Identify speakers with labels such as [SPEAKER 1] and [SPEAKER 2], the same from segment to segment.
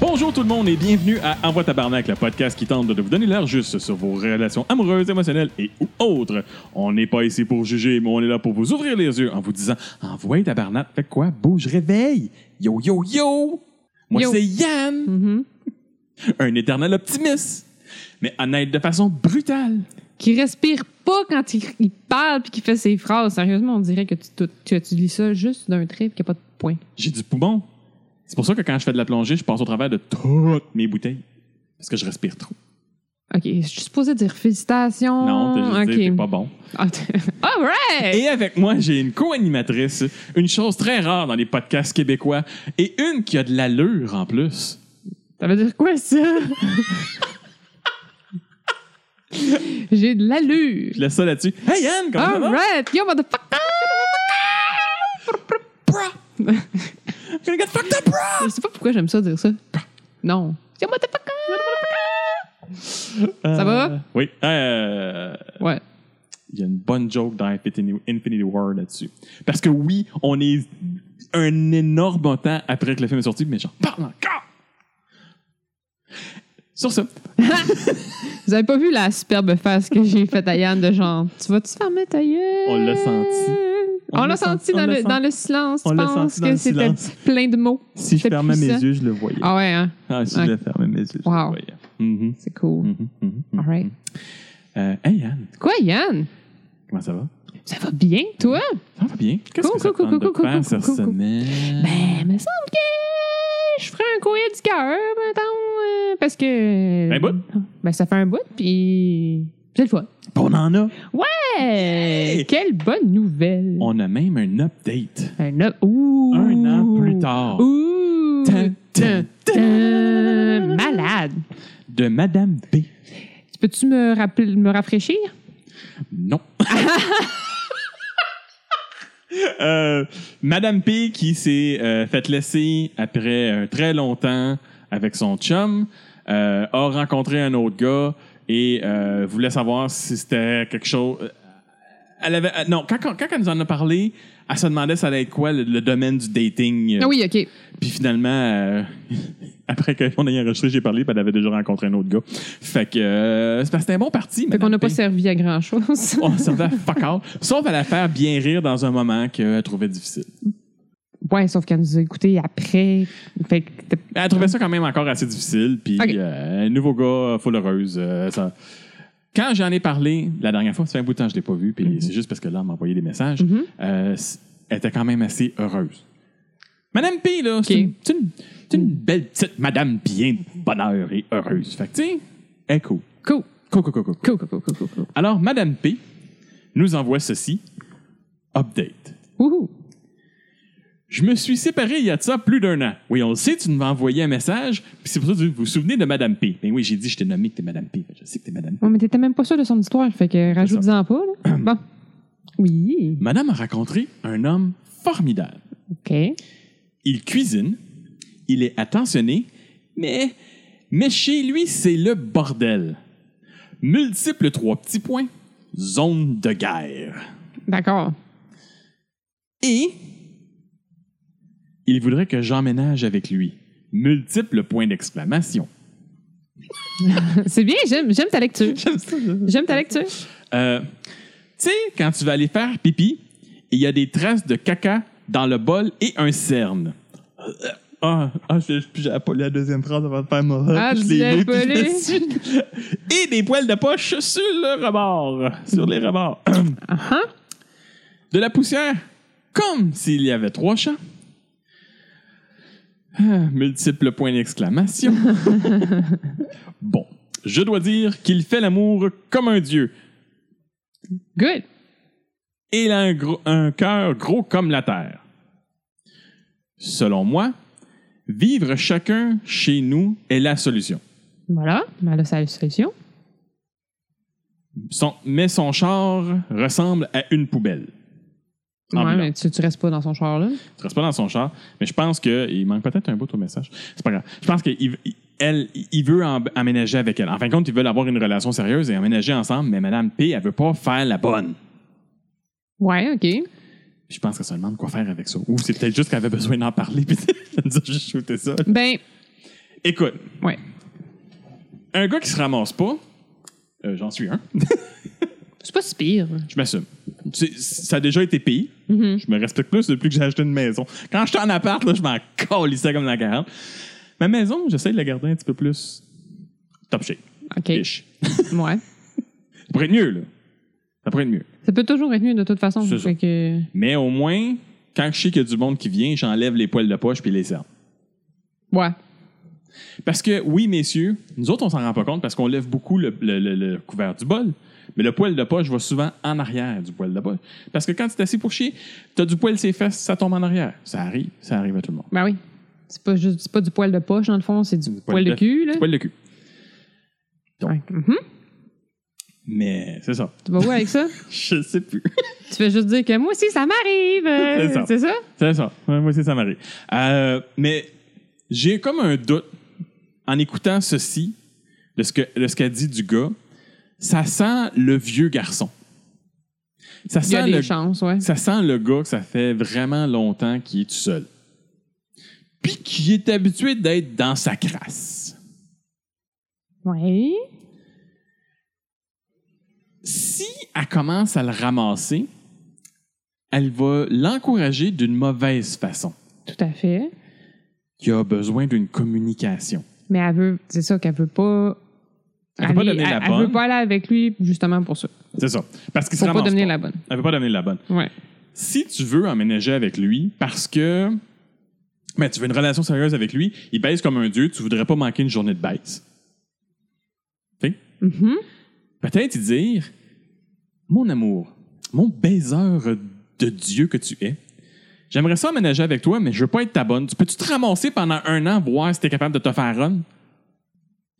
[SPEAKER 1] Bonjour tout le monde et bienvenue à Envoi Tabarnak, le podcast qui tente de vous donner l'air juste sur vos relations amoureuses, émotionnelles et ou autres. On n'est pas ici pour juger, mais on est là pour vous ouvrir les yeux en vous disant Envoie Tabarnak, fais quoi Bouge, réveille Yo, yo, yo Moi,
[SPEAKER 2] Yo.
[SPEAKER 1] c'est Yann,
[SPEAKER 2] Mm-hmm.
[SPEAKER 1] un éternel optimiste, mais honnête de façon brutale.
[SPEAKER 2] Qui respire pas quand il, il parle puis qui fait ses phrases. Sérieusement, on dirait que tu, tout- que tu lis ça juste d'un trait puis qu'il n'y a pas de point.
[SPEAKER 1] J'ai du poumon. C'est pour ça que quand je fais de la plongée, je passe au travers de toutes mes bouteilles. Parce que je respire trop.
[SPEAKER 2] OK, je suis supposée dire félicitations.
[SPEAKER 1] Non, t'as juste dit,
[SPEAKER 2] Ok.
[SPEAKER 1] t'es pas bon.
[SPEAKER 2] Ah, t'es- All right!
[SPEAKER 1] Et avec moi, j'ai une co-animatrice, une chose très rare dans les podcasts québécois, et une qui a de l'allure en plus.
[SPEAKER 2] Ça veut dire quoi, ça? J'ai de l'allure.
[SPEAKER 1] Je laisse ça là-dessus. Hey Anne, comment ça
[SPEAKER 2] All
[SPEAKER 1] va?
[SPEAKER 2] right! Yo, motherfucker!
[SPEAKER 1] Gonna get fucked up, bro!
[SPEAKER 2] Je sais pas pourquoi j'aime ça dire ça. Non. Yo, motherfucker! Ça va?
[SPEAKER 1] Oui. Euh,
[SPEAKER 2] Ouais.
[SPEAKER 1] Il y a une bonne joke dans Infinity, Infinity War là-dessus. Parce que oui, on est un énorme temps après que le film est sorti, mais j'en parle encore! Sur ce,
[SPEAKER 2] Vous avez pas vu la superbe face que j'ai faite à Yann de genre Tu vas-tu fermer ta gueule?
[SPEAKER 1] On l'a senti.
[SPEAKER 2] On,
[SPEAKER 1] On l'a
[SPEAKER 2] l'a senti
[SPEAKER 1] senti, on l'a
[SPEAKER 2] dans, le,
[SPEAKER 1] senti.
[SPEAKER 2] dans le silence.
[SPEAKER 1] On
[SPEAKER 2] Je
[SPEAKER 1] l'a
[SPEAKER 2] pense
[SPEAKER 1] senti dans
[SPEAKER 2] que
[SPEAKER 1] le
[SPEAKER 2] c'était
[SPEAKER 1] silence.
[SPEAKER 2] plein de mots.
[SPEAKER 1] si je
[SPEAKER 2] C'était
[SPEAKER 1] fermais mes
[SPEAKER 2] puissant.
[SPEAKER 1] yeux, je le voyais.
[SPEAKER 2] Ah ouais, hein?
[SPEAKER 1] Ah, si
[SPEAKER 2] ok.
[SPEAKER 1] je le fermais mes yeux, je
[SPEAKER 2] Wow.
[SPEAKER 1] le voyais. Mhm,
[SPEAKER 2] c'est cool.
[SPEAKER 1] mhm, mhm, mhm.
[SPEAKER 2] All right.
[SPEAKER 1] Euh, hey Anne,
[SPEAKER 2] Quoi, Yann?
[SPEAKER 1] comment ça va?
[SPEAKER 2] Ça va bien, toi?
[SPEAKER 1] Ça va bien. Qu'est-ce
[SPEAKER 2] Cool,
[SPEAKER 1] que ça
[SPEAKER 2] cool, cool,
[SPEAKER 1] tente de
[SPEAKER 2] cool, cool,
[SPEAKER 1] faire
[SPEAKER 2] cool,
[SPEAKER 1] cette
[SPEAKER 2] cool, cool.
[SPEAKER 1] semaine?
[SPEAKER 2] Ben, me semble que je ferai un courrier du cœur, mettons. euh, parce que.
[SPEAKER 1] Un bout?
[SPEAKER 2] Ben, ça fait un bout, puis. C'est le fun.
[SPEAKER 1] on en a.
[SPEAKER 2] Ouais!
[SPEAKER 1] Yay!
[SPEAKER 2] Quelle bonne nouvelle!
[SPEAKER 1] On a même un update.
[SPEAKER 2] Un, an- Ouh!
[SPEAKER 1] Un an plus tard.
[SPEAKER 2] Ouh!
[SPEAKER 1] Tan, tan, tan.
[SPEAKER 2] Malade!
[SPEAKER 1] De Madame B.
[SPEAKER 2] Tu Peux-tu me, rappel- me rafraîchir?
[SPEAKER 1] Non. Euh, Madame P qui s'est euh, faite laisser après un très longtemps avec son chum, euh, a rencontré un autre gars et euh, voulait savoir si c'était quelque chose. euh, Elle avait euh, non quand, quand, quand elle nous en a parlé, elle se demandait ça allait être quoi le, le domaine du dating. euh,
[SPEAKER 2] Ah oui, OK.
[SPEAKER 1] Puis finalement, euh, après qu'on ait enregistré, j'ai parlé, puis elle avait déjà rencontré un autre gars. Fait que euh, c'est parce que c'était un bon parti.
[SPEAKER 2] Fait qu'on n'a
[SPEAKER 1] Madame P.
[SPEAKER 2] pas servi à grand-chose.
[SPEAKER 1] On servait à fuck all. Sauf à la faire bien rire dans un moment qu'elle trouvait difficile.
[SPEAKER 2] ouais, sauf qu'elle nous a écoutés après. Fait que t'as-
[SPEAKER 1] Mais Elle trouvait ça quand même encore assez difficile. Puis,
[SPEAKER 2] Ok.
[SPEAKER 1] euh, un nouveau gars, full heureuse. euh, ça- Quand j'en ai parlé la dernière fois, ça fait un bout de temps que je ne l'ai pas vu, puis
[SPEAKER 2] Mhm.
[SPEAKER 1] c'est juste parce que là, elle m'a envoyé des messages. euh, c- elle était quand même assez heureuse. Madame P, là, c'est
[SPEAKER 2] Ok. Mhm.
[SPEAKER 1] une- c'est une, c'est une belle petite madame bien de bonheur et heureuse. Fait que, tu sais, elle est cool.
[SPEAKER 2] Cool.
[SPEAKER 1] Cool, cool, cool, cool.
[SPEAKER 2] Cool, cool, cool, cool, cool, cool.
[SPEAKER 1] Alors, Madame P nous envoie ceci. Update.
[SPEAKER 2] Wouhou.
[SPEAKER 1] Je me suis séparé il y a de ça plus d'un an. Oui, on le sait, tu m'as envoyé un message, puis c'est pour ça que vous vous souvenez de Madame P. Ben oui, j'ai dit, je t'ai nommé que t'es Madame P. Fait que Je sais que t'es Madame P.
[SPEAKER 2] Ouais, mais t'étais même pas sûr de son histoire, fait que rajoute-en pas, là. bon. Oui.
[SPEAKER 1] Madame a rencontré un homme formidable.
[SPEAKER 2] OK.
[SPEAKER 1] Il cuisine, il est attentionné, mais, mais chez lui, c'est le bordel. Multiple trois petits points, zone de guerre.
[SPEAKER 2] D'accord.
[SPEAKER 1] Et il voudrait que j'emménage avec lui. Multiple points d'exclamation.
[SPEAKER 2] C'est bien, j'aime j'aime ta lecture. J'aime ta lecture.
[SPEAKER 1] Euh, tu sais, quand tu vas aller faire pipi, il y a des traces de caca dans le bol et un cerne. Ah, ah, j'ai j'ai pas lu la deuxième phrase avant de faire mon
[SPEAKER 2] Ah,
[SPEAKER 1] je
[SPEAKER 2] tu
[SPEAKER 1] l'ai
[SPEAKER 2] l'as
[SPEAKER 1] lu,
[SPEAKER 2] pas
[SPEAKER 1] puis je me
[SPEAKER 2] lu.
[SPEAKER 1] suis- Et des poils de poche sur le rebord. Sur les rebords.
[SPEAKER 2] Ah,
[SPEAKER 1] De la poussière, comme s'il y avait trois champs. Ah, multiples points d'exclamation. bon, je dois dire qu'il fait l'amour comme un dieu.
[SPEAKER 2] Good.
[SPEAKER 1] et il a un, gros- un cœur gros comme la terre. Selon moi, vivre chacun chez nous est la solution.
[SPEAKER 2] Voilà. Ben là, ça a la solution.
[SPEAKER 1] Son- mais son char ressemble à une poubelle.
[SPEAKER 2] Ouais,
[SPEAKER 1] Ambulant.
[SPEAKER 2] mais tu, tu restes pas dans son char, là.
[SPEAKER 1] Tu restes pas dans son char, mais je pense qu'il manque peut-être un bout au message. C'est pas grave. Je pense qu'il il- elle, il veut en- emménager avec elle. En fin de compte, ils veulent avoir une relation sérieuse et emménager ensemble, mais Madame P, elle veut pas faire la bonne.
[SPEAKER 2] Ouais, OK.
[SPEAKER 1] Puis Je pense qu'elle se demande quoi faire avec ça. Ou c'est peut-être juste qu'elle avait besoin d'en parler, puis elle nous a juste shooté ça.
[SPEAKER 2] Ben,
[SPEAKER 1] Écoute,
[SPEAKER 2] ouais.
[SPEAKER 1] un gars qui se ramasse pas, euh, j'en suis un,
[SPEAKER 2] C'est pas si pire.
[SPEAKER 1] je m'assume. C'est- Ça a déjà été payé. Je me respecte plus depuis que j'ai acheté une maison. Quand j'étais en appart, là, je m'en colissais comme la 40. Ma maison, j'essaie de la garder un petit peu plus top shape.
[SPEAKER 2] OK.
[SPEAKER 1] Ish.
[SPEAKER 2] Ouais.
[SPEAKER 1] Ça pourrait être mieux, là. Ça pourrait être mieux.
[SPEAKER 2] Ça peut toujours être mieux de toute façon.
[SPEAKER 1] C'est
[SPEAKER 2] Fait
[SPEAKER 1] ça.
[SPEAKER 2] que...
[SPEAKER 1] Mais au moins, quand je sais qu'il y a du monde qui vient, j'enlève les poils de poche puis les cernes.
[SPEAKER 2] Ouais.
[SPEAKER 1] Parce que, oui, messieurs, nous autres, on s'en rend pas compte parce qu'on lève beaucoup le, le- le- le couvert du bol. Mais le poil de poche va souvent en arrière du poil de poche. Parce que quand tu t'assis pour chier, t'as du poil ses fesses, ça tombe en arrière. Ça arrive, ça arrive à tout le monde.
[SPEAKER 2] Ben oui. C'est pas juste c'est pas du poil de poche, dans le fond, c'est du
[SPEAKER 1] Du
[SPEAKER 2] poil,
[SPEAKER 1] poil
[SPEAKER 2] de,
[SPEAKER 1] de-
[SPEAKER 2] cul, là.
[SPEAKER 1] Poil de cul.
[SPEAKER 2] Ouais. Mhm.
[SPEAKER 1] Mais c'est ça.
[SPEAKER 2] Tu vas où avec ça?
[SPEAKER 1] Je sais plus.
[SPEAKER 2] tu fais juste dire que moi aussi, ça m'arrive. euh,
[SPEAKER 1] C'est ça.
[SPEAKER 2] C'est ça?
[SPEAKER 1] C'est ça. Ouais, Moi aussi, ça m'arrive. Euh, mais j'ai comme un doute en écoutant ceci, de ce que- de ce qu'a dit du gars. Ça sent le vieux garçon. Ça
[SPEAKER 2] Il y a
[SPEAKER 1] sent,
[SPEAKER 2] des
[SPEAKER 1] le,
[SPEAKER 2] chances, ouais.
[SPEAKER 1] ça sent le gars que ça fait vraiment longtemps qu'il est tout seul. Puis qui est habitué d'être dans sa crasse.
[SPEAKER 2] Ouais.
[SPEAKER 1] Si elle commence à le ramasser, elle va l'encourager d'une mauvaise façon.
[SPEAKER 2] Tout à fait.
[SPEAKER 1] Qui a besoin d'une communication.
[SPEAKER 2] Mais elle veut, c'est ça qu'elle veut pas.
[SPEAKER 1] Elle veut pas
[SPEAKER 2] aller-
[SPEAKER 1] donner la
[SPEAKER 2] elle, elle veut
[SPEAKER 1] bonne.
[SPEAKER 2] pas aller avec lui justement pour ça.
[SPEAKER 1] C'est ça. Parce qu'il se
[SPEAKER 2] Pour pas
[SPEAKER 1] ramasse
[SPEAKER 2] devenir
[SPEAKER 1] pas.
[SPEAKER 2] la bonne.
[SPEAKER 1] Elle veut pas devenir la bonne.
[SPEAKER 2] Ouais.
[SPEAKER 1] Si tu veux emménager avec lui parce que ben, tu veux une relation sérieuse avec lui, il baise comme un dieu, tu voudrais pas manquer une journée de baise.
[SPEAKER 2] Mhm.
[SPEAKER 1] Peut-être y dire Mon amour, mon baiseur de Dieu que tu es, j'aimerais ça emménager avec toi, mais je veux pas être ta bonne. Tu peux-tu te ramasser pendant un an, voir si t'es capable de te faire run?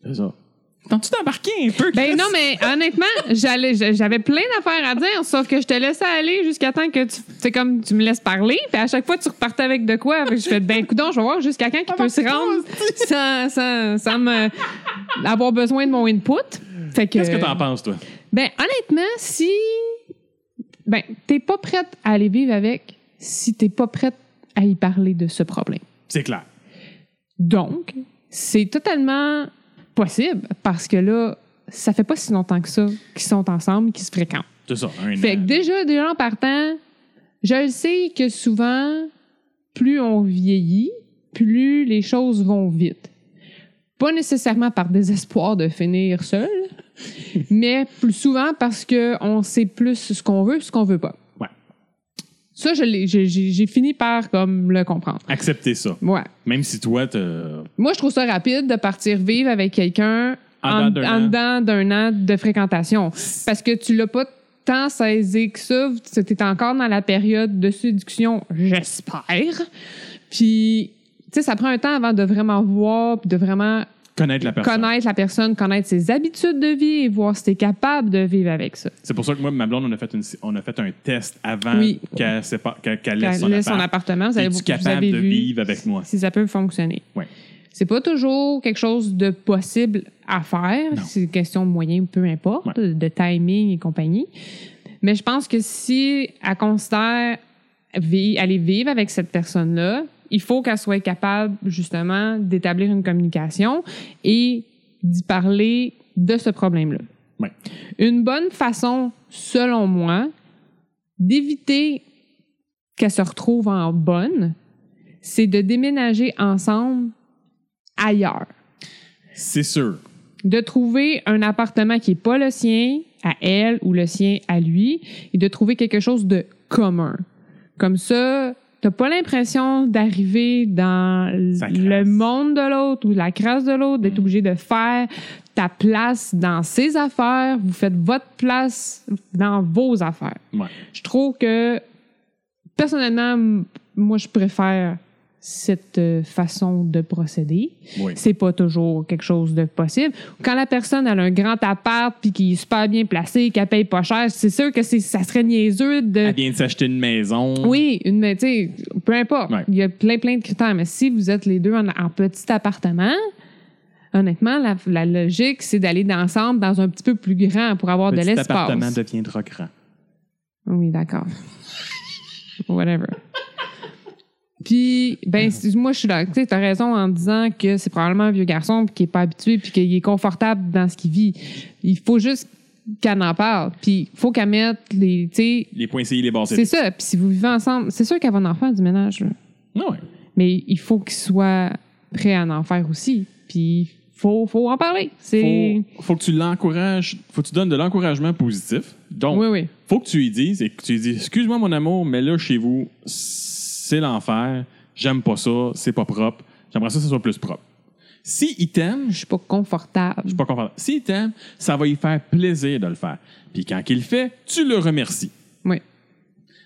[SPEAKER 1] C'est ça. T'as-tu t'embarquer un peu? Chris?
[SPEAKER 2] Ben non, mais honnêtement, j'allais, j'a- j'avais plein d'affaires à dire, sauf que je te laissais aller jusqu'à temps que tu, c'est comme tu me laisses parler, puis à chaque fois tu repartais avec de quoi, Fait que je fais ben coudon, je vais voir jusqu'à quand qui peut se rendre sans, sans, sans me avoir besoin de mon input. Fait que,
[SPEAKER 1] Qu'est-ce que t'en penses, toi?
[SPEAKER 2] ben honnêtement, si ben t'es pas prête à aller vivre avec, si t'es pas prête à y parler de ce problème.
[SPEAKER 1] C'est clair.
[SPEAKER 2] Donc, c'est totalement possible parce que là, ça fait pas si longtemps que ça qu'ils sont ensemble, qu'ils se fréquentent.
[SPEAKER 1] C'est ça. Un
[SPEAKER 2] Fait que
[SPEAKER 1] an.
[SPEAKER 2] déjà, déjà en partant, je le sais que souvent, plus on vieillit, plus les choses vont vite. Pas nécessairement par désespoir de finir seul, mais plus souvent parce que on sait plus ce qu'on veut, ce qu'on veut pas.
[SPEAKER 1] Ouais.
[SPEAKER 2] Ça, je l'ai- j'ai- j'ai j'ai fini par comme le comprendre.
[SPEAKER 1] Accepter ça.
[SPEAKER 2] Ouais.
[SPEAKER 1] Même si toi, t'as.
[SPEAKER 2] Moi, je trouve ça rapide de partir vivre avec quelqu'un
[SPEAKER 1] En
[SPEAKER 2] en,
[SPEAKER 1] dedans d'un
[SPEAKER 2] en
[SPEAKER 1] an.
[SPEAKER 2] dedans d'un an de fréquentation. Parce que tu l'as pas tant saisi que ça. C'était encore dans la période de séduction, j'espère. Puis, tu sais, ça prend un temps avant de vraiment voir, puis de vraiment
[SPEAKER 1] Connaître la personne.
[SPEAKER 2] connaître la personne, connaître ses habitudes de vie et voir si t'es capable de vivre avec ça.
[SPEAKER 1] C'est pour ça que moi, ma blonde, on a fait, une- on a fait un test avant
[SPEAKER 2] Oui.
[SPEAKER 1] qu'elle sépa- qu'elle- qu'elle
[SPEAKER 2] Quand
[SPEAKER 1] laisse son
[SPEAKER 2] elle laisse son
[SPEAKER 1] appart.
[SPEAKER 2] appartement, vous avez,
[SPEAKER 1] Es-tu
[SPEAKER 2] vous
[SPEAKER 1] capable
[SPEAKER 2] avez
[SPEAKER 1] de
[SPEAKER 2] vu
[SPEAKER 1] vivre avec moi?
[SPEAKER 2] Si ça peut fonctionner.
[SPEAKER 1] Ouais.
[SPEAKER 2] C'est pas toujours quelque chose de possible à faire.
[SPEAKER 1] Non.
[SPEAKER 2] C'est une question de moyens, peu importe, de timing et compagnie. Mais je pense que si elle considère vi- aller vivre avec cette personne-là, il faut qu'elle soit capable, justement, d'établir une communication et d'y parler de ce problème-là.
[SPEAKER 1] Ouais.
[SPEAKER 2] Une bonne façon, selon moi, d'éviter qu'elle se retrouve en bonne, c'est de déménager ensemble ailleurs.
[SPEAKER 1] C'est sûr.
[SPEAKER 2] De trouver un appartement qui n'est pas le sien à elle ou le sien à lui et de trouver quelque chose de commun. Comme ça, t'as pas l'impression d'arriver dans l-
[SPEAKER 1] Sa crasse.
[SPEAKER 2] le monde de l'autre ou la crasse de l'autre, d'être
[SPEAKER 1] Mm.
[SPEAKER 2] obligé de faire ta place dans ses affaires. Vous faites votre place dans vos affaires
[SPEAKER 1] Ouais.
[SPEAKER 2] je trouve que personnellement, m- moi, je préfère cette euh, façon de procéder.
[SPEAKER 1] Oui.
[SPEAKER 2] C'est pas toujours quelque chose de possible. Quand la personne elle a un grand appart puis qui est super bien placé, qu'elle paye pas cher, c'est sûr que c'est ça serait niaiseux de
[SPEAKER 1] Elle vient de s'acheter une maison.
[SPEAKER 2] Euh, oui, une, mais tu sais, peu importe.
[SPEAKER 1] Ouais.
[SPEAKER 2] Il y a plein, plein de critères. Mais si vous êtes les deux en, en petit appartement, à honnêtement, la, la logique, c'est d'aller d'ensemble dans un petit peu plus grand pour avoir de
[SPEAKER 1] Petit appartement
[SPEAKER 2] l'espace.
[SPEAKER 1] deviendra grand.
[SPEAKER 2] Oui, d'accord. Whatever. Puis, ben, excuse-moi, je suis là. Tu sais, t'as raison en disant que c'est probablement un vieux garçon puis qui est pas habitué puis qu'il est confortable dans ce qu'il vit. Il faut juste qu'elle en parle. Puis, il faut qu'elle mette les. Tu sais,
[SPEAKER 1] Les points CI, les barres
[SPEAKER 2] c'est ça. Puis, si vous vivez ensemble, c'est sûr qu'elle va en faire du ménage. là.
[SPEAKER 1] Ah ouais.
[SPEAKER 2] Mais il faut qu'il soit prêt à en faire aussi. Puis, faut, faut en parler. C'est.
[SPEAKER 1] faut, faut que tu l'encourages, faut que tu donnes de l'encouragement positif. Donc,
[SPEAKER 2] Oui, oui.
[SPEAKER 1] faut que tu lui dises et que tu lui dises Excuse-moi, mon amour, mais là, chez vous, c'est l'enfer, j'aime pas ça, c'est pas propre, j'aimerais ça que ça soit plus propre. Si il t'aime,
[SPEAKER 2] Je suis pas confortable.
[SPEAKER 1] je suis pas confortable. Si il t'aime, ça va lui faire plaisir de le faire. Puis quand il le fait, tu le remercies.
[SPEAKER 2] Oui.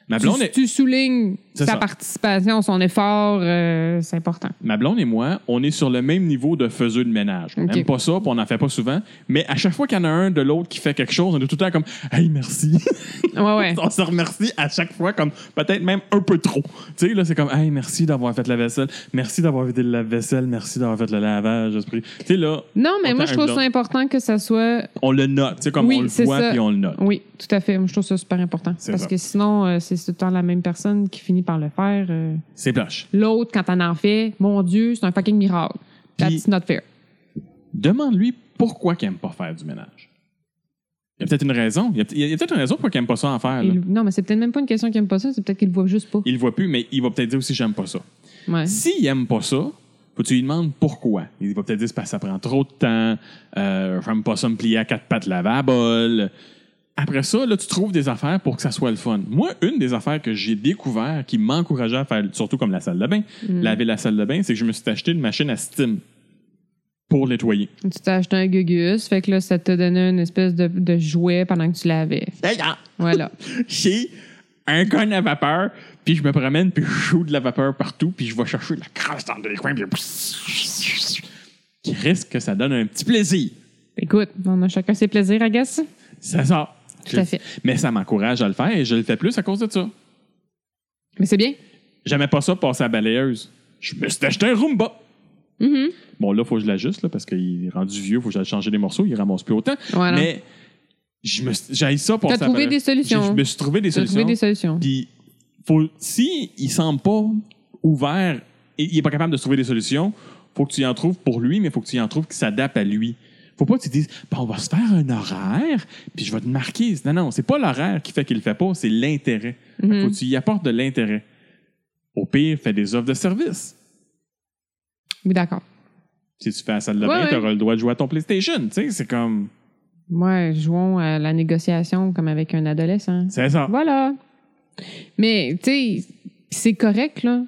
[SPEAKER 1] Ma
[SPEAKER 2] Tu,
[SPEAKER 1] blonde, est-
[SPEAKER 2] tu soulignes
[SPEAKER 1] C'est
[SPEAKER 2] sa
[SPEAKER 1] ça.
[SPEAKER 2] participation, son effort, euh, c'est important.
[SPEAKER 1] ma blonde et moi, on est sur le même niveau de faiseux de ménage. On
[SPEAKER 2] Ok.
[SPEAKER 1] n'aime pas ça, puis on n'en fait pas souvent. Mais à chaque fois qu'il y en a un de l'autre qui fait quelque chose, on est tout le temps comme Hey, merci.
[SPEAKER 2] Ouais, ouais.
[SPEAKER 1] on se remercie à chaque fois, comme peut-être même un peu trop. Tu sais, là, c'est comme Hey, merci d'avoir fait la vaisselle. Merci d'avoir vidé le lave-vaisselle. Merci d'avoir fait le lavage. Tu sais, là,
[SPEAKER 2] Non, mais
[SPEAKER 1] Autant
[SPEAKER 2] moi, je
[SPEAKER 1] un
[SPEAKER 2] trouve
[SPEAKER 1] blanc.
[SPEAKER 2] ça important que ça soit.
[SPEAKER 1] on le note. Tu sais, comme
[SPEAKER 2] Oui,
[SPEAKER 1] on le
[SPEAKER 2] c'est
[SPEAKER 1] voit,
[SPEAKER 2] ça.
[SPEAKER 1] puis on le note.
[SPEAKER 2] Oui, tout à fait. Moi, je trouve ça super important.
[SPEAKER 1] C'est
[SPEAKER 2] Parce
[SPEAKER 1] ça.
[SPEAKER 2] que sinon, euh, c'est tout le temps la même personne qui finit par le faire. euh.
[SPEAKER 1] C'est planche.
[SPEAKER 2] L'autre, quand elle en fait, mon Dieu, c'est un fucking miracle.
[SPEAKER 1] Puis-
[SPEAKER 2] That's not fair.
[SPEAKER 1] Demande-lui pourquoi qu'il n'aime pas faire du ménage. Il y a peut-être une raison. Il y a, peut- il y a peut-être une raison pourquoi il n'aime pas ça en faire. là.
[SPEAKER 2] Il- Non, mais c'est peut-être même pas une question qu'il aime pas ça, c'est peut-être qu'il le voit juste pas.
[SPEAKER 1] Il le voit plus, mais il va peut-être dire aussi j'aime pas ça.
[SPEAKER 2] Ouais.
[SPEAKER 1] S'il aime pas ça, faut que tu lui demandes pourquoi. Il va peut-être dire c'est parce que ça prend trop de temps, euh, j'aime pas ça me plier à quatre pattes lavables. Après ça, là, tu trouves des affaires pour que ça soit le fun. Moi, une des affaires que j'ai découvert qui m'encourageait à faire, surtout comme la salle de bain, laver la salle de bain, c'est que je me suis acheté une machine à steam pour nettoyer.
[SPEAKER 2] Tu t'es acheté un gugus, fait que là, ça te donnait une espèce de, de jouet pendant que tu l'avais. Voilà.
[SPEAKER 1] J'ai un con à vapeur, puis je me promène, puis je joue de la vapeur partout, puis je vais chercher de la crasse dans les coins, puis qui risque que ça donne un petit plaisir.
[SPEAKER 2] Écoute, on a chacun ses plaisirs, I guess.
[SPEAKER 1] C'est ça.
[SPEAKER 2] Tout à fait.
[SPEAKER 1] Mais ça m'encourage à le faire et je le fais plus à cause de ça.
[SPEAKER 2] Mais c'est bien.
[SPEAKER 1] J'aimais pas ça passer à balayeuse. Je me suis acheté un Roomba.
[SPEAKER 2] Mhm.
[SPEAKER 1] Bon, là, faut que je l'ajuste là, parce qu'il est rendu vieux, faut que j'aille changer les morceaux, il ramasse plus autant.
[SPEAKER 2] Voilà.
[SPEAKER 1] Mais je me suis- j'ai ça passer
[SPEAKER 2] T'as trouvé
[SPEAKER 1] à balayeuse.
[SPEAKER 2] des solutions.
[SPEAKER 1] J'ai- Je me suis trouvé des
[SPEAKER 2] Tu as
[SPEAKER 1] solutions.
[SPEAKER 2] trouvé des solutions.
[SPEAKER 1] Puis, faut, si il semble pas ouvert et il est pas capable de se trouver des solutions, faut que tu y en trouves pour lui, mais faut que tu y en trouves qui s'adapte à lui. Faut pas que tu dises, ben, on va se faire un horaire, puis je vais te marquer. Non, non, c'est pas l'horaire qui fait qu'il le fait pas, c'est l'intérêt. Fait que
[SPEAKER 2] Hmm.
[SPEAKER 1] Ben, Faut
[SPEAKER 2] Mhm.
[SPEAKER 1] que tu y apportes de l'intérêt. Au pire, fais des offres de service.
[SPEAKER 2] Oui, d'accord.
[SPEAKER 1] Si tu fais la salle de
[SPEAKER 2] Ouais,
[SPEAKER 1] bain, tu
[SPEAKER 2] ouais.
[SPEAKER 1] le droit de jouer à ton PlayStation. Tu sais, c'est comme.
[SPEAKER 2] Moi, jouons à la négociation comme avec un adolescent.
[SPEAKER 1] C'est ça.
[SPEAKER 2] Voilà. Mais, tu sais, c'est correct, là.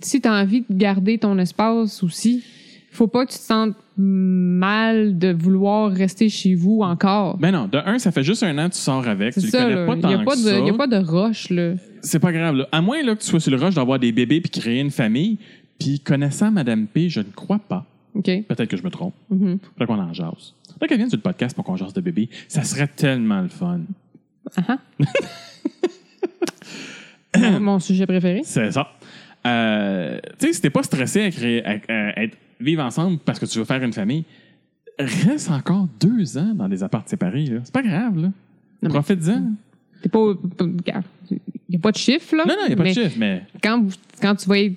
[SPEAKER 2] Si tu as envie de garder ton espace aussi, faut pas que tu te sentes mal de vouloir rester chez vous encore.
[SPEAKER 1] Ben non, de un, ça fait juste un an que tu sors avec. Tu
[SPEAKER 2] c'est
[SPEAKER 1] le connais
[SPEAKER 2] ça, là.
[SPEAKER 1] pas
[SPEAKER 2] Il
[SPEAKER 1] tant
[SPEAKER 2] n'y a, pas
[SPEAKER 1] que
[SPEAKER 2] de-
[SPEAKER 1] ça.
[SPEAKER 2] y a pas de roche, là.
[SPEAKER 1] c'est pas grave. là. À moins là, que tu sois sur le rush d'avoir des bébés puis créer une famille. Puis connaissant Madame P, je ne crois pas.
[SPEAKER 2] OK.
[SPEAKER 1] Peut-être que je me trompe.
[SPEAKER 2] Mhm.
[SPEAKER 1] Peut-être qu'on en jase. Peut-être qu'elle vienne sur le podcast pour qu'on jase de bébé. Ça serait tellement le fun.
[SPEAKER 2] Ah, ah. Mon sujet préféré.
[SPEAKER 1] C'est ça. Euh, tu sais, si t'es pas stressé à, créer, à- à être- vivre ensemble parce que tu veux faire une famille, reste encore deux ans dans des apparts séparés. là. C'est pas grave. là.
[SPEAKER 2] mais- Mm.
[SPEAKER 1] Profite-en.
[SPEAKER 2] T'es pas. Il n'y a pas de chiffre, là.
[SPEAKER 1] Non, non, il n'y a pas
[SPEAKER 2] mais
[SPEAKER 1] de chiffre, mais
[SPEAKER 2] quand, vous- quand tu vas être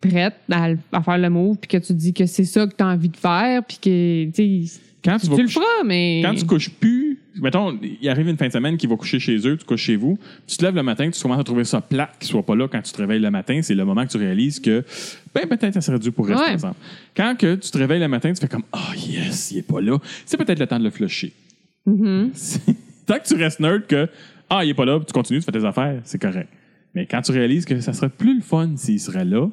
[SPEAKER 2] prête à, le- à faire le move, puis que tu dis que c'est ça que tu as envie de faire, puis que tu sais,
[SPEAKER 1] quand tu
[SPEAKER 2] tu
[SPEAKER 1] vas
[SPEAKER 2] le
[SPEAKER 1] coucher-
[SPEAKER 2] feras, mais.
[SPEAKER 1] Quand tu couches plus, mettons, il arrive une fin de semaine qui va coucher chez eux, tu couches chez vous, tu te lèves le matin, tu commences à trouver ça plat qu'il soit pas là quand tu te réveilles le matin, c'est le moment que tu réalises que ben peut-être ça serait dû pour rester
[SPEAKER 2] Ouais.
[SPEAKER 1] ensemble. Quand que tu te réveilles le matin, tu fais comme ah yes, il est pas là. C'est peut-être le temps de le flusher.
[SPEAKER 2] Mhm.
[SPEAKER 1] C'est- Tant que tu restes nerd que ah il est pas là, puis tu continues, tu fais tes affaires, c'est correct. Mais quand tu réalises que ça serait plus le fun s'il serait là,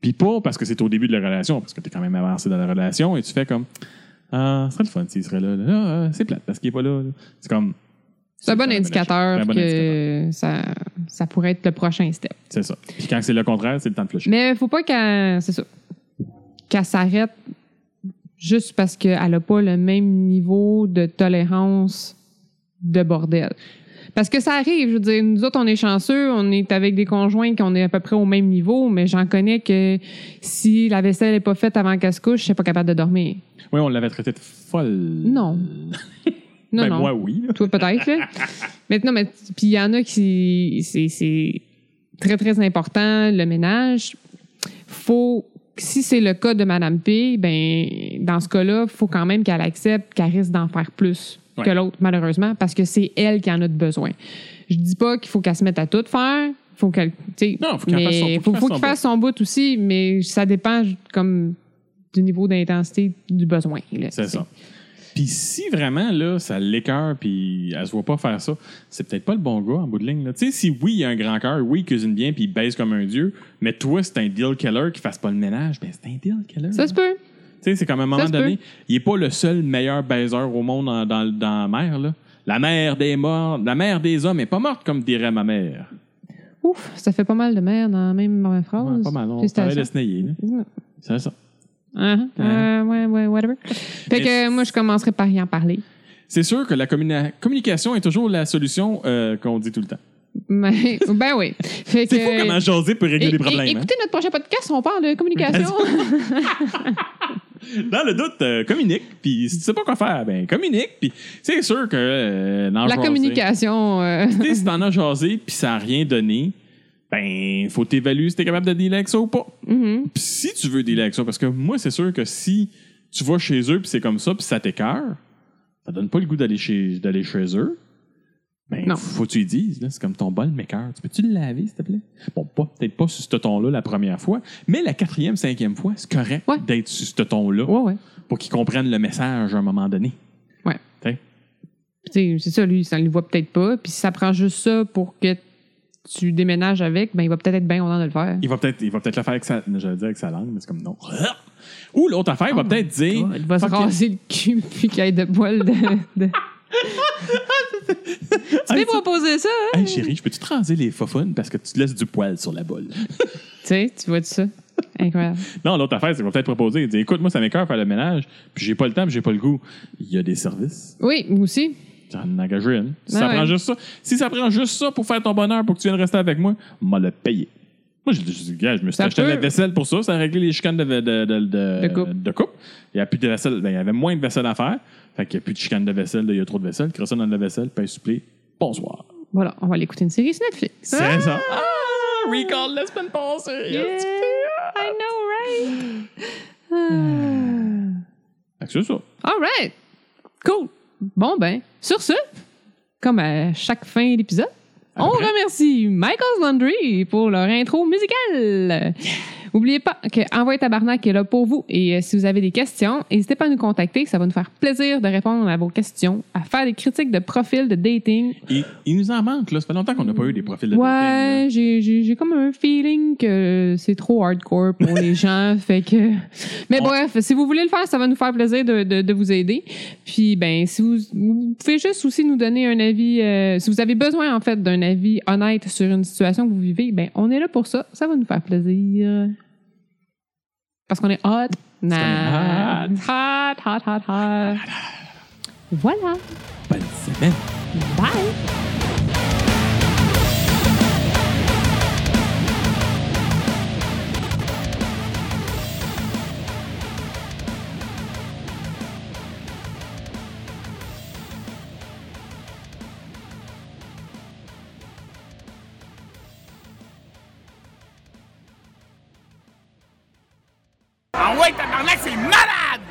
[SPEAKER 1] puis pas parce que c'est au début de la relation, parce que tu es quand même avancé dans la relation et tu fais comme ah, ce serait le fun s'il serait là. là. Ah, ah, c'est plate parce qu'il est pas là. là. C'est comme
[SPEAKER 2] C'est un bon
[SPEAKER 1] c'est un
[SPEAKER 2] indicateur
[SPEAKER 1] bon
[SPEAKER 2] que
[SPEAKER 1] indicateur.
[SPEAKER 2] Ça, ça pourrait être le prochain step.
[SPEAKER 1] c'est ça. Puis quand c'est le contraire, c'est le temps de flusher.
[SPEAKER 2] Mais faut pas qu'elle. C'est ça. Qu'elle s'arrête juste parce qu'elle n'a pas le même niveau de tolérance de bordel. Parce que ça arrive, je veux dire, nous autres, on est chanceux, on est avec des conjoints qu'on est à peu près au même niveau, mais j'en connais que si la vaisselle n'est pas faite avant qu'elle se couche, je suis pas capable de dormir.
[SPEAKER 1] Oui, on l'avait traité de folle.
[SPEAKER 2] Non. Non,
[SPEAKER 1] ben,
[SPEAKER 2] non.
[SPEAKER 1] moi, oui. là.
[SPEAKER 2] Toi, peut-être, là. mais non, mais puis il y en a qui. C'est, c'est très, très important, le ménage. Faut. Si c'est le cas de Madame P, ben dans ce cas-là, faut quand même qu'elle accepte qu'elle risque d'en faire plus
[SPEAKER 1] Ouais.
[SPEAKER 2] que l'autre, malheureusement, parce que c'est elle qui en a de besoin. Je dis pas qu'il faut qu'elle se mette à tout faire. Faut qu'elle. tu sais,
[SPEAKER 1] Non, faut qu'elle
[SPEAKER 2] mais
[SPEAKER 1] fasse son- faut
[SPEAKER 2] faut-
[SPEAKER 1] qu'elle fasse
[SPEAKER 2] faut qu'il
[SPEAKER 1] son
[SPEAKER 2] fasse son bout aussi, mais ça dépend comme du niveau d'intensité du besoin. là,
[SPEAKER 1] C'est
[SPEAKER 2] tu sais.
[SPEAKER 1] ça. Puis si vraiment, là, ça l'écœure, puis elle se voit pas faire ça, c'est peut-être pas le bon gars en bout de ligne. là. Tu sais, si oui, il a un grand cœur, oui, il cuisine bien, puis il baise comme un dieu, mais toi, c'est un deal killer qui fasse pas le ménage, ben c'est un deal killer.
[SPEAKER 2] Ça se peut.
[SPEAKER 1] Tu sais, c'est comme à un moment
[SPEAKER 2] se
[SPEAKER 1] donné, il est pas le seul meilleur baiser au monde dans, dans- dans la mer, là. La mère des morts, la mère des hommes est pas morte, comme dirait ma mère.
[SPEAKER 2] Ouf, ça fait pas mal de merde dans la même phrase.
[SPEAKER 1] Ouais, pas mal, on
[SPEAKER 2] Oh, Félicitations.
[SPEAKER 1] parlait de se nailler, là. C'est ça.
[SPEAKER 2] Ah, ah,
[SPEAKER 1] Ah.
[SPEAKER 2] ouais, ouais, whatever. Fait
[SPEAKER 1] Mais-
[SPEAKER 2] que euh, moi, je commencerai par y en parler.
[SPEAKER 1] C'est sûr que la communi- communication est toujours la solution euh, qu'on dit tout le temps.
[SPEAKER 2] Mais- ben oui. Fait
[SPEAKER 1] C'est
[SPEAKER 2] que-
[SPEAKER 1] fou comment jaser peut régler
[SPEAKER 2] É-
[SPEAKER 1] des
[SPEAKER 2] é-
[SPEAKER 1] problèmes. hein.
[SPEAKER 2] Écoutez notre prochain podcast, on parle de communication.
[SPEAKER 1] Dans le doute, euh, communique. Puis si tu sais pas quoi faire, ben communique. Puis c'est sûr que euh, d'en
[SPEAKER 2] La
[SPEAKER 1] jaser.
[SPEAKER 2] communication. euh,
[SPEAKER 1] Tu sais, si t'en as jasé puis ça a rien donné, ben faut t'évaluer si t'es capable de dealer avec ça ou pas.
[SPEAKER 2] mhm.
[SPEAKER 1] Puis si tu veux dealer avec ça, parce que moi c'est sûr que si tu vas chez eux puis c'est comme ça puis ça t'écœure, ça donne pas le goût d'aller chez d'aller chez eux. Ben,
[SPEAKER 2] Non.
[SPEAKER 1] faut que tu lui dises, là, c'est comme ton bol m'écœure. Tu peux-tu le laver, s'il te plaît? Bon, pas- peut-être pas sur ce ton-là la première fois, mais la quatrième, cinquième fois, c'est correct
[SPEAKER 2] Ouais.
[SPEAKER 1] d'être sur ce ton-là
[SPEAKER 2] Ouais, ouais.
[SPEAKER 1] pour qu'ils comprennent le message à un moment donné.
[SPEAKER 2] Ouais.
[SPEAKER 1] T'sais.
[SPEAKER 2] Tu sais, C'est ça, lui, ça ne le voit peut-être pas. Puis si ça prend juste ça pour que tu déménages avec, ben il va peut-être être bien content de le faire.
[SPEAKER 1] Il va peut-être il va peut-être le faire avec sa, j'allais dire avec sa langue, mais c'est comme non. Ou l'autre affaire, il va
[SPEAKER 2] Oh
[SPEAKER 1] peut-être dire
[SPEAKER 2] Il va se
[SPEAKER 1] Fuck it.
[SPEAKER 2] raser le cul puis qu'il y ait de poils de. de- tu
[SPEAKER 1] Hey,
[SPEAKER 2] peux proposer ça, hein?
[SPEAKER 1] Hey chérie, je peux-tu te raser les faufounes parce que tu te laisses du poil sur la bolle?
[SPEAKER 2] Tu sais, tu vois de ça. Incroyable.
[SPEAKER 1] Non, l'autre affaire, c'est qu'il va peut-être proposer. Il dit Écoute, moi, ça m'écoeure faire le ménage, puis j'ai pas le temps, puis j'ai pas le goût. Il y a des services.
[SPEAKER 2] Oui, moi aussi.
[SPEAKER 1] T'en engages une. Si
[SPEAKER 2] Ah
[SPEAKER 1] ça
[SPEAKER 2] ouais.
[SPEAKER 1] prend juste ça, si ça prend juste ça pour faire ton bonheur, pour que tu viennes rester avec moi, m'a le payer. Moi, je, je, gars, je me suis
[SPEAKER 2] Ça
[SPEAKER 1] acheté de la
[SPEAKER 2] peut.
[SPEAKER 1] vaisselle pour ça. Ça a réglé les chicanes de, de, de, de-
[SPEAKER 2] De couple.
[SPEAKER 1] de couple. Il n'y a plus de vaisselle. ben, il y avait moins de vaisselle à faire. Fait qu'il n'y a plus de chicanes de vaisselle. là, Il y a trop de vaisselle. Crée ça dans la vaisselle, paye supplé. Bonsoir.
[SPEAKER 2] Voilà, on va aller écouter une série sur Netflix.
[SPEAKER 1] C'est ça. Ah, recall la semaine passée.
[SPEAKER 2] Yeah, I know, right?
[SPEAKER 1] Fait que c'est ça.
[SPEAKER 2] Ah. All right. Cool. Bon, ben, sur ce, comme à chaque fin d'épisode,
[SPEAKER 1] À
[SPEAKER 2] on
[SPEAKER 1] peu près.
[SPEAKER 2] remercie Michael's Laundry pour leur intro musicale. N'oubliez pas que Envoyez Tabarnak est là pour vous et euh, si vous avez des questions, n'hésitez pas à nous contacter. Ça va nous faire plaisir de répondre à vos questions, à faire des critiques de profils de dating
[SPEAKER 1] Il, il nous en manque, là. Ça fait longtemps qu'on n'a pas eu des profils de dating, là.
[SPEAKER 2] Ouais, j'ai- j'ai j'ai comme un feeling que c'est trop hardcore pour les gens. Fait que. Mais
[SPEAKER 1] On-
[SPEAKER 2] bref, si vous voulez le faire, ça va nous faire plaisir de, de- de vous aider. Puis, ben, si vous, vous pouvez juste aussi nous donner un avis, euh, si vous avez besoin, en fait, d'un avis honnête sur une situation que vous vivez, ben, on est là pour ça. Ça va nous faire plaisir. Parce qu'on est hot. Nah.
[SPEAKER 1] qu'on
[SPEAKER 2] Hot, hot, hot, hot. Voilà.
[SPEAKER 1] Bonne semaine.
[SPEAKER 2] Bye.
[SPEAKER 3] Ah ouais, tabarnak, c'est malade!